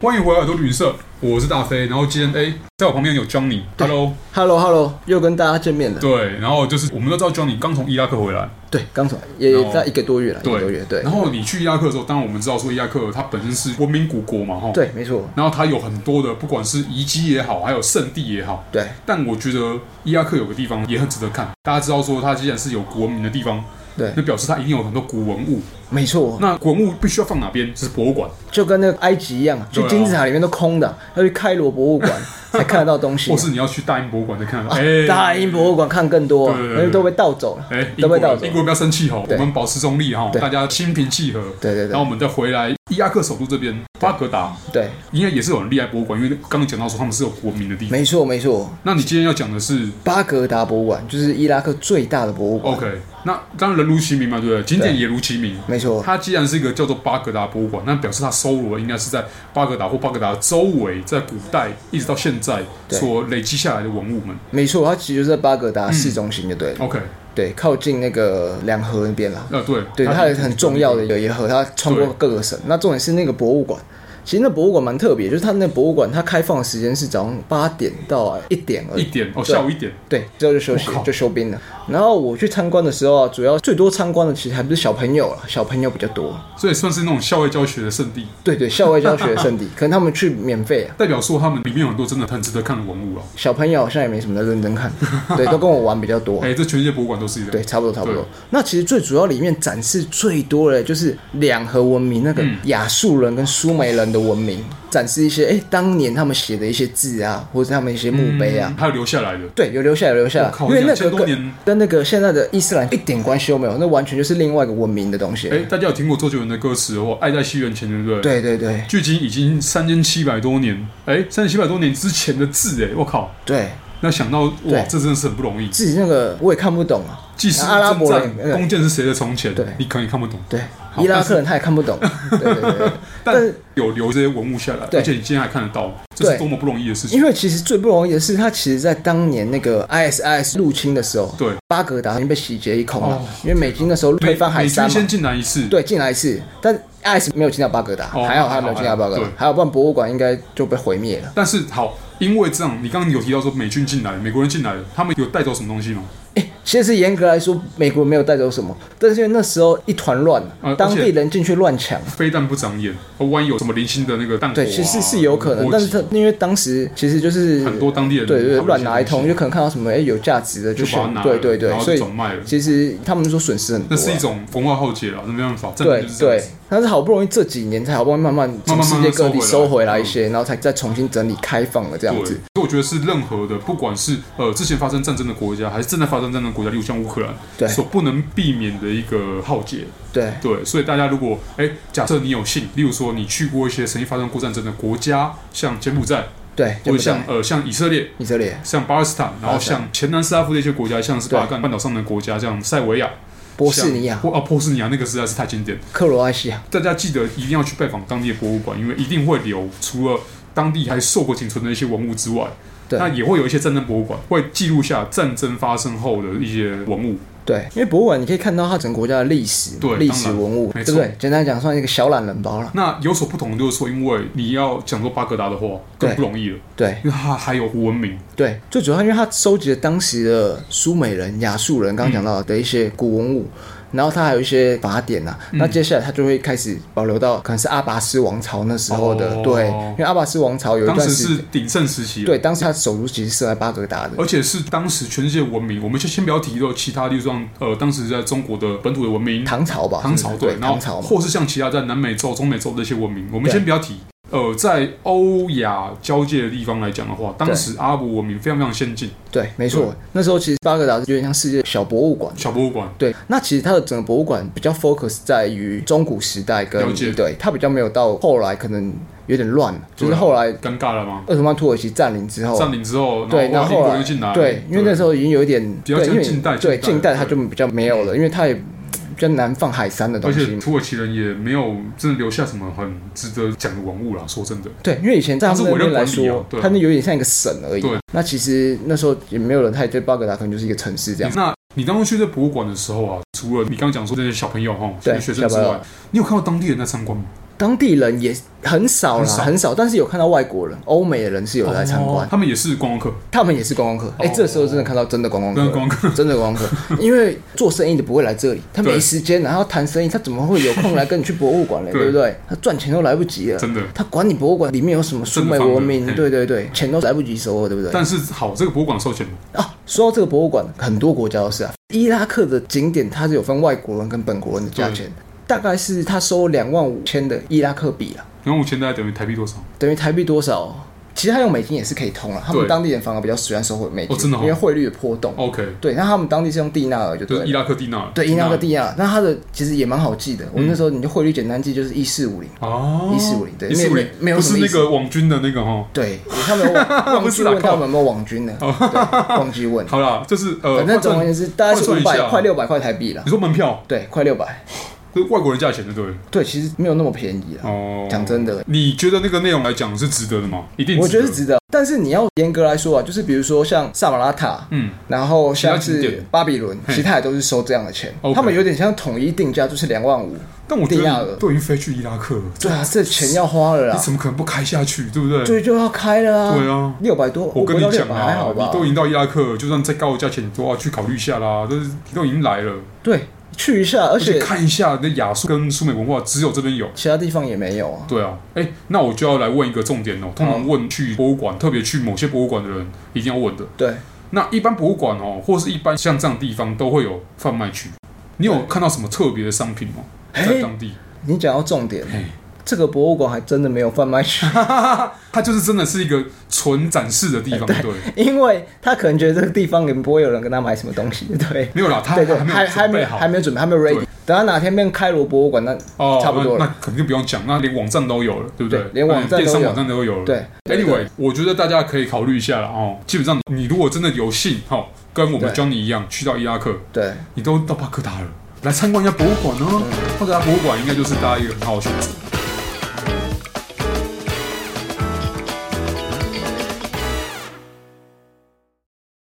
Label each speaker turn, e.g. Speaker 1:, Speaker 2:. Speaker 1: 欢迎回来耳朵旅社，我是大飞。然后今天哎，在我旁边有 Johnny，Hello，
Speaker 2: Hello Hello，又跟大家见面了。
Speaker 1: 对，然后就是我们都知道 Johnny 刚从伊拉克回来，
Speaker 2: 对，刚从也在一个多月了，一个多月，对
Speaker 1: 然，后你去伊拉克的时候，当然我们知道说伊拉克它本身是文明古国嘛，哈，。
Speaker 2: 对，没错，
Speaker 1: 然后它有很多的，不管是遗迹也好，还有圣地也好，
Speaker 2: 对，
Speaker 1: 但我觉得伊拉克有个地方也很值得看。大家知道说它既然是有古文明的地方，
Speaker 2: 对
Speaker 1: 那表示它一定有很多古文物。
Speaker 2: 没错，
Speaker 1: 那古文物必须要放哪边？就是博物馆。
Speaker 2: 就跟那个埃及一样，去
Speaker 1: 对啊
Speaker 2: 金字塔里面都空的，要去开罗博物馆 才看得到东西啊
Speaker 1: 或。是你要去大英博物馆再看得到。哎、
Speaker 2: 大英博物馆看更多，
Speaker 1: 对对
Speaker 2: 因
Speaker 1: 对
Speaker 2: 为都被盗走了
Speaker 1: 哎、，英
Speaker 2: 都
Speaker 1: 国
Speaker 2: 被盗
Speaker 1: 人
Speaker 2: 走
Speaker 1: 英。国人不要生气哈，我
Speaker 2: 对
Speaker 1: 们保持中立哈，
Speaker 2: 对
Speaker 1: 大家心平气和。
Speaker 2: 对对
Speaker 1: 然后
Speaker 2: 对
Speaker 1: 我们再回来伊拉克首都这边巴格达，
Speaker 2: 对，
Speaker 1: 应该也是有很厉害博物馆，因为刚刚讲到说他们是有国民的地方。
Speaker 2: 没错没错。
Speaker 1: 那你今天要讲的是
Speaker 2: 巴格达博物馆就是伊拉克最大的博物馆，
Speaker 1: OK，那当然人如其名嘛，对不对？景点
Speaker 2: 对
Speaker 1: 也如其名。
Speaker 2: 没错，
Speaker 1: 它既然是一个叫做巴格达博物馆，那表示它收罗应该是在巴格达或巴格达周围，在古代一直到现在
Speaker 2: 对
Speaker 1: 所累积下来的文物们。
Speaker 2: 没错，它其实就在巴格达市
Speaker 1: 嗯
Speaker 2: 中心就对了，
Speaker 1: OK，
Speaker 2: 对，靠近那个两河那边啦。
Speaker 1: 呃，对，
Speaker 2: 对，它有很重要的一个也和它穿过各个省。那重点是那个博物馆，其实那博物馆蛮特别，就是它那博物馆它开放的时间是早上八点到一点而
Speaker 1: 一
Speaker 2: 已，
Speaker 1: 点哦，
Speaker 2: 对
Speaker 1: 下午一点，
Speaker 2: 对，之后就休息
Speaker 1: 我靠
Speaker 2: 就收兵了。然后我去参观的时候啊，主要最多参观的其实还不是小朋友了，小朋友比较多。
Speaker 1: 所以算是那种校外教学的圣地，
Speaker 2: 对对，校外教学的圣地， 可能他们去免费啊。
Speaker 1: 代表说他们里面有很多真的很值得看的文物啊。
Speaker 2: 小朋友好像也没什么在认真看，对，都跟我玩比较多。
Speaker 1: 哎，这全世界博物馆都是一样。
Speaker 2: 对，，差不多差不
Speaker 1: 对
Speaker 2: 多。那其实最主要里面展示最多的就是两河文明那个
Speaker 1: 嗯
Speaker 2: 亚述人跟苏美人的文明，展示一些哎、诶当年他们写的一些字啊，或者他们一些墓碑啊。
Speaker 1: 嗯还有留下来的。
Speaker 2: 对，有留下来，有留下来
Speaker 1: 我，靠
Speaker 2: 因为那
Speaker 1: 2000
Speaker 2: 个
Speaker 1: 多年
Speaker 2: 跟跟那个现在的伊斯兰一点关系都没有，那完全就是另外一个文明的东西。
Speaker 1: 哎，大家有听过周杰伦的歌词哦，《爱在西元前》，对不对？。
Speaker 2: 啊对对对
Speaker 1: 距今已经三千七百多年，哎，三千七百多年之前的字，哎，我靠！
Speaker 2: 对，
Speaker 1: 那想到哇
Speaker 2: 对，
Speaker 1: 这真的是很不容易。
Speaker 2: 自己那个我也看不懂啊，
Speaker 1: 即使
Speaker 2: 阿拉伯人
Speaker 1: 征战弓箭是谁的从前，
Speaker 2: 对
Speaker 1: 你可能也看不懂。
Speaker 2: 对，伊拉克人他也看不懂。对对对 对，但
Speaker 1: 但
Speaker 2: 是
Speaker 1: 有留这些文物下来，
Speaker 2: 对
Speaker 1: 而且你今天还看得到，这是
Speaker 2: 对
Speaker 1: 多么不容易的事情
Speaker 2: 因。为其实最不容易的是，他其实在当年那个 ISIS 入侵的时候，
Speaker 1: 对，
Speaker 2: 巴格达已经被洗劫一空了，
Speaker 1: 哦
Speaker 2: 因为美军那时候推翻海
Speaker 1: 美军
Speaker 2: 山
Speaker 1: 先
Speaker 2: 嘛，
Speaker 1: 进来一次，
Speaker 2: 对，进来一次，但 IS 没有进到巴格达，
Speaker 1: 哦
Speaker 2: 还好他没有进到巴格达
Speaker 1: 还好，
Speaker 2: 还有不然博物馆应该就被毁灭了。
Speaker 1: 但是好，因为这样，你刚刚有提到说美军进来，美国人进来了，他们有带走什么东西吗？
Speaker 2: 哎，其实严格来说，美国没有带走什么，但是因为那时候一团乱
Speaker 1: 呃，
Speaker 2: 当
Speaker 1: 而
Speaker 2: 地
Speaker 1: 且
Speaker 2: 人进去乱抢，
Speaker 1: 非但不长眼，而万一有什么零星的那个弹火、啊，
Speaker 2: 对，其实是有可能，
Speaker 1: 火
Speaker 2: 但
Speaker 1: 机
Speaker 2: 是他因为当时其实就是
Speaker 1: 很多当地人
Speaker 2: 对对
Speaker 1: 讨论
Speaker 2: 乱
Speaker 1: 这些
Speaker 2: 拿一
Speaker 1: 东西
Speaker 2: 通，就可能看到什么哎有价值的
Speaker 1: 就把它
Speaker 2: 选
Speaker 1: 拿，了
Speaker 2: 对对
Speaker 1: 然
Speaker 2: 对，
Speaker 1: 后
Speaker 2: 所以
Speaker 1: 转卖了
Speaker 2: 其实他们说损失很多
Speaker 1: 那
Speaker 2: 啊，
Speaker 1: 是一种逢二后解了，那没办法，真的
Speaker 2: 对
Speaker 1: 就是这样
Speaker 2: 对
Speaker 1: 子。，
Speaker 2: 但是好不容易这几年才好不容易慢慢从
Speaker 1: 慢慢
Speaker 2: 世界各地收回来一些，然后才再重新整理开放了这样
Speaker 1: 对，所
Speaker 2: 子。
Speaker 1: 以我觉得是任何的，不管是呃之前发生战争的国家，还是正在发生战争的国家，例如像乌克兰，
Speaker 2: 对
Speaker 1: 所不能避免的一个浩劫。
Speaker 2: 对
Speaker 1: 对，所以大家如果哎，假设你有幸，例如说你去过一些曾经发生过战争的国家，像柬埔寨，
Speaker 2: 对，
Speaker 1: 或
Speaker 2: 就
Speaker 1: 者
Speaker 2: 像
Speaker 1: 像呃像以色列，
Speaker 2: 以色列、
Speaker 1: 像巴勒斯坦，然后像前南斯拉夫的一些国家，像是巴干半岛上的国家，像塞维亚、
Speaker 2: 波士尼亚
Speaker 1: 像、波啊波士尼亚那个实在是太经典。
Speaker 2: 克罗埃西亚，
Speaker 1: 大家记得一定要去拜访当地的博物馆，因为一定会留除了当地还受过仅存的一些文物之外，
Speaker 2: 对
Speaker 1: 那也会有一些战争博物馆会记录下战争发生后的一些文物。
Speaker 2: 对，因为博物馆你可以看到它整个国家的历史
Speaker 1: 对、
Speaker 2: 历史
Speaker 1: 当然
Speaker 2: 文物，
Speaker 1: 没
Speaker 2: 对
Speaker 1: 错
Speaker 2: 不对？简单讲，算一个小懒人包了。
Speaker 1: 那有所不同就是说，因为你要讲说巴格达的话更
Speaker 2: 对
Speaker 1: 不容易了，
Speaker 2: 对
Speaker 1: 因为它还有古文明。
Speaker 2: 对，最主要因为它收集了当时的苏美人、亚述人，刚刚讲到的一些古文物。然后它还有一些法典啊，那接下来它就会开始保留到可能是阿拔斯王朝那时候的，
Speaker 1: 哦
Speaker 2: 对，因为阿拔斯王朝有一
Speaker 1: 当
Speaker 2: 段
Speaker 1: 时
Speaker 2: 时
Speaker 1: 是
Speaker 2: 间，
Speaker 1: 鼎盛时期，啊
Speaker 2: 对，，当时它首都其实设在巴格达的，
Speaker 1: 而且是当时全世界文明，我们就先不要提到其他，例如像呃，当时在中国的本土的文明，
Speaker 2: 唐朝吧，
Speaker 1: 唐
Speaker 2: 是
Speaker 1: 朝
Speaker 2: 不是
Speaker 1: 对，
Speaker 2: 啊对，
Speaker 1: 然后
Speaker 2: 唐朝嘛，
Speaker 1: 或是像其他在南美洲、中美洲的一些文明，我们
Speaker 2: 对
Speaker 1: 先不要提。呃，在欧亚交界的地方来讲的话，当
Speaker 2: 对
Speaker 1: 时阿拉伯文明非常非常先进，
Speaker 2: 对，没错，那时候其实巴格达有点像世界小博物馆。
Speaker 1: 小博物馆。
Speaker 2: 对，那其实它的整个博物馆比较 focus 在于中古时代
Speaker 1: 了
Speaker 2: 跟
Speaker 1: 解
Speaker 2: 对，它比较没有到后来可能有点乱了，就是
Speaker 1: 对啊
Speaker 2: 后来
Speaker 1: 尴尬了吗？
Speaker 2: 鄂斯曼土耳其占领之后，
Speaker 1: 占领之后，
Speaker 2: 对，然
Speaker 1: 然
Speaker 2: 后
Speaker 1: 后英
Speaker 2: 后
Speaker 1: 国
Speaker 2: 来
Speaker 1: 人进来，
Speaker 2: 对，因为那时
Speaker 1: 候
Speaker 2: 候已经有一点
Speaker 1: 比较
Speaker 2: 对
Speaker 1: 像
Speaker 2: 因为
Speaker 1: 近代
Speaker 2: 对
Speaker 1: 近
Speaker 2: 近
Speaker 1: 代
Speaker 2: 代它就比较没有了，因为它也比较难放海山的东
Speaker 1: 而且
Speaker 2: 西。
Speaker 1: 土耳其人也没有真的留下什么很值得讲的文物啦。说真的，
Speaker 2: 对，因为以前在他们那边来
Speaker 1: 它是委任管理啊
Speaker 2: 说
Speaker 1: 对，啊
Speaker 2: 它那有点像一个省而已
Speaker 1: 对。
Speaker 2: 那其实那时候也没有人太对巴格达，可能就是一个城市这样。
Speaker 1: 那你当初去这博物馆的时候啊，除了你刚刚讲说这些小朋友哈，
Speaker 2: 对
Speaker 1: 学生之
Speaker 2: 小朋
Speaker 1: 外
Speaker 2: 友，
Speaker 1: 你有看到当地人在参观吗？
Speaker 2: 当地人也很少啦，
Speaker 1: 很少
Speaker 2: 很少，但是有看到外国人、欧美的人是有来参观
Speaker 1: 哦，他们也是观光客，
Speaker 2: 他们也是观光客。哎、
Speaker 1: 哦
Speaker 2: 这时候真的看到真的观光客，
Speaker 1: 真的观光
Speaker 2: 真的观光客，因为做生意的不会来这里，他
Speaker 1: 对
Speaker 2: 没时间，然后谈生意，他怎么会有空来跟你去博物馆 嘞？
Speaker 1: 对
Speaker 2: 对不对？他赚钱都来不及了，
Speaker 1: 真的
Speaker 2: 他管你博物馆里面有什么苏
Speaker 1: 真的
Speaker 2: 美
Speaker 1: 放着
Speaker 2: 文 明
Speaker 1: 嘿，
Speaker 2: 对对对，钱都来不及收了，对不对？
Speaker 1: 但是好，这个博物馆收钱，
Speaker 2: 啊，说到这个博物馆，很多国家都是啊。伊拉克的景点它是有分外国人跟本国人的价钱，大概是他收两万五千的伊拉克币啊，
Speaker 1: 然后五千大概等于台币多少？
Speaker 2: 等于台币多少？其实他用美金也是可以通啊了，他们
Speaker 1: 对
Speaker 2: 当地人反而比较喜欢收回美金，
Speaker 1: 哦真的哦
Speaker 2: 因为汇率的波动。
Speaker 1: OK，
Speaker 2: 对，那他们当地是用蒂纳尔就对
Speaker 1: 就是伊
Speaker 2: 了。
Speaker 1: 拉克迪纳，嗯
Speaker 2: 对伊拉克蒂纳尔，那它的其实也蛮好记的。我们那时候你就汇率简单记，就是一四五零。
Speaker 1: 哦，
Speaker 2: 1450对
Speaker 1: 一四五零，
Speaker 2: 没有没有
Speaker 1: 不
Speaker 2: 什
Speaker 1: 是
Speaker 2: 么意
Speaker 1: 那
Speaker 2: 思
Speaker 1: 个网军的那个哈。
Speaker 2: 对，他们有忘
Speaker 1: 不
Speaker 2: 忘
Speaker 1: 是
Speaker 2: 记
Speaker 1: 啦
Speaker 2: 问他
Speaker 1: 靠
Speaker 2: 们有没有网军呢？对，忘记 问。
Speaker 1: 好啦，就是呃，
Speaker 2: 反正总而
Speaker 1: 换
Speaker 2: 言
Speaker 1: 算
Speaker 2: 之，大概是
Speaker 1: 换算
Speaker 2: 五
Speaker 1: 一下
Speaker 2: 百快六百块台币了
Speaker 1: 你。说门票，
Speaker 2: 对，快六百。
Speaker 1: 就外国人价钱的对不对？
Speaker 2: 对，其实没有那么便宜啊。
Speaker 1: 哦，
Speaker 2: 讲真的，
Speaker 1: 你觉得那个内容来讲是值得的吗？一定，
Speaker 2: 我觉得是。值得。但是你要严格来说啊，就是比如说像萨马拉塔，
Speaker 1: 嗯，
Speaker 2: 然后像
Speaker 1: 其他景
Speaker 2: 是
Speaker 1: 点
Speaker 2: 巴比伦，
Speaker 1: 嘿
Speaker 2: 其他也都是收这样的钱。
Speaker 1: 嗯 OK
Speaker 2: 他们有点像统一定价，就是两万五。
Speaker 1: 但我觉
Speaker 2: 迪
Speaker 1: 得
Speaker 2: 亚尔
Speaker 1: 你都已经飞去伊拉克了，
Speaker 2: 对啊，这钱要花了
Speaker 1: 你
Speaker 2: 啦，
Speaker 1: 怎么可能不开下去？对不对？
Speaker 2: 所以就要开了啊。
Speaker 1: 对啊
Speaker 2: 六百多，
Speaker 1: 我跟你讲
Speaker 2: 600还
Speaker 1: 啊
Speaker 2: 好，吧
Speaker 1: 你？都已经到伊拉克了，就算再高的价钱，你都要去考虑一下啦。就是你都已经来了，
Speaker 2: 对，去一下，而
Speaker 1: 而且
Speaker 2: 且
Speaker 1: 看一下那亚述跟苏美文化，只有这边有。
Speaker 2: 其他地方也没有啊。
Speaker 1: 对啊，哎、那我就要来问一个重点哦。通常
Speaker 2: 好
Speaker 1: 问去博物馆，特别去某些博物馆的人，一定要问的。
Speaker 2: 对，
Speaker 1: 那一般博物馆哦，或是一般像这样的地方，都会有贩卖区。你有看到什么特别的商品吗？
Speaker 2: 哎
Speaker 1: 在当地，
Speaker 2: 你讲到重点
Speaker 1: 嘿，
Speaker 2: 这个博物馆还真的没有贩卖 区。
Speaker 1: 它就是真的是一个纯展示的地方，对，
Speaker 2: 因为他可能觉得这个地方也不会有人跟他买什么东西，对，
Speaker 1: 没有啦，它
Speaker 2: 对对，
Speaker 1: 没有
Speaker 2: 还
Speaker 1: 准
Speaker 2: 没
Speaker 1: 备
Speaker 2: 有
Speaker 1: 好
Speaker 2: 还，没有准备，还没有 ready
Speaker 1: 对。
Speaker 2: 等他哪天变开罗博物馆，那
Speaker 1: 哦，
Speaker 2: 差不多
Speaker 1: 那
Speaker 2: 了。
Speaker 1: 那肯定不用讲，那连网站都有了，对不对
Speaker 2: 对？连网站都有
Speaker 1: 电商网站都有了。
Speaker 2: 对
Speaker 1: ，Anyway，我觉得大家可以考虑一下了哦。基本上，你如果真的有幸哦，跟我们
Speaker 2: 对
Speaker 1: Johnny 一样去到伊拉克，
Speaker 2: 对，
Speaker 1: 你都到巴格达了，来参观一下博物馆呢、巴格达博物馆应该就是大家一个很好的选择。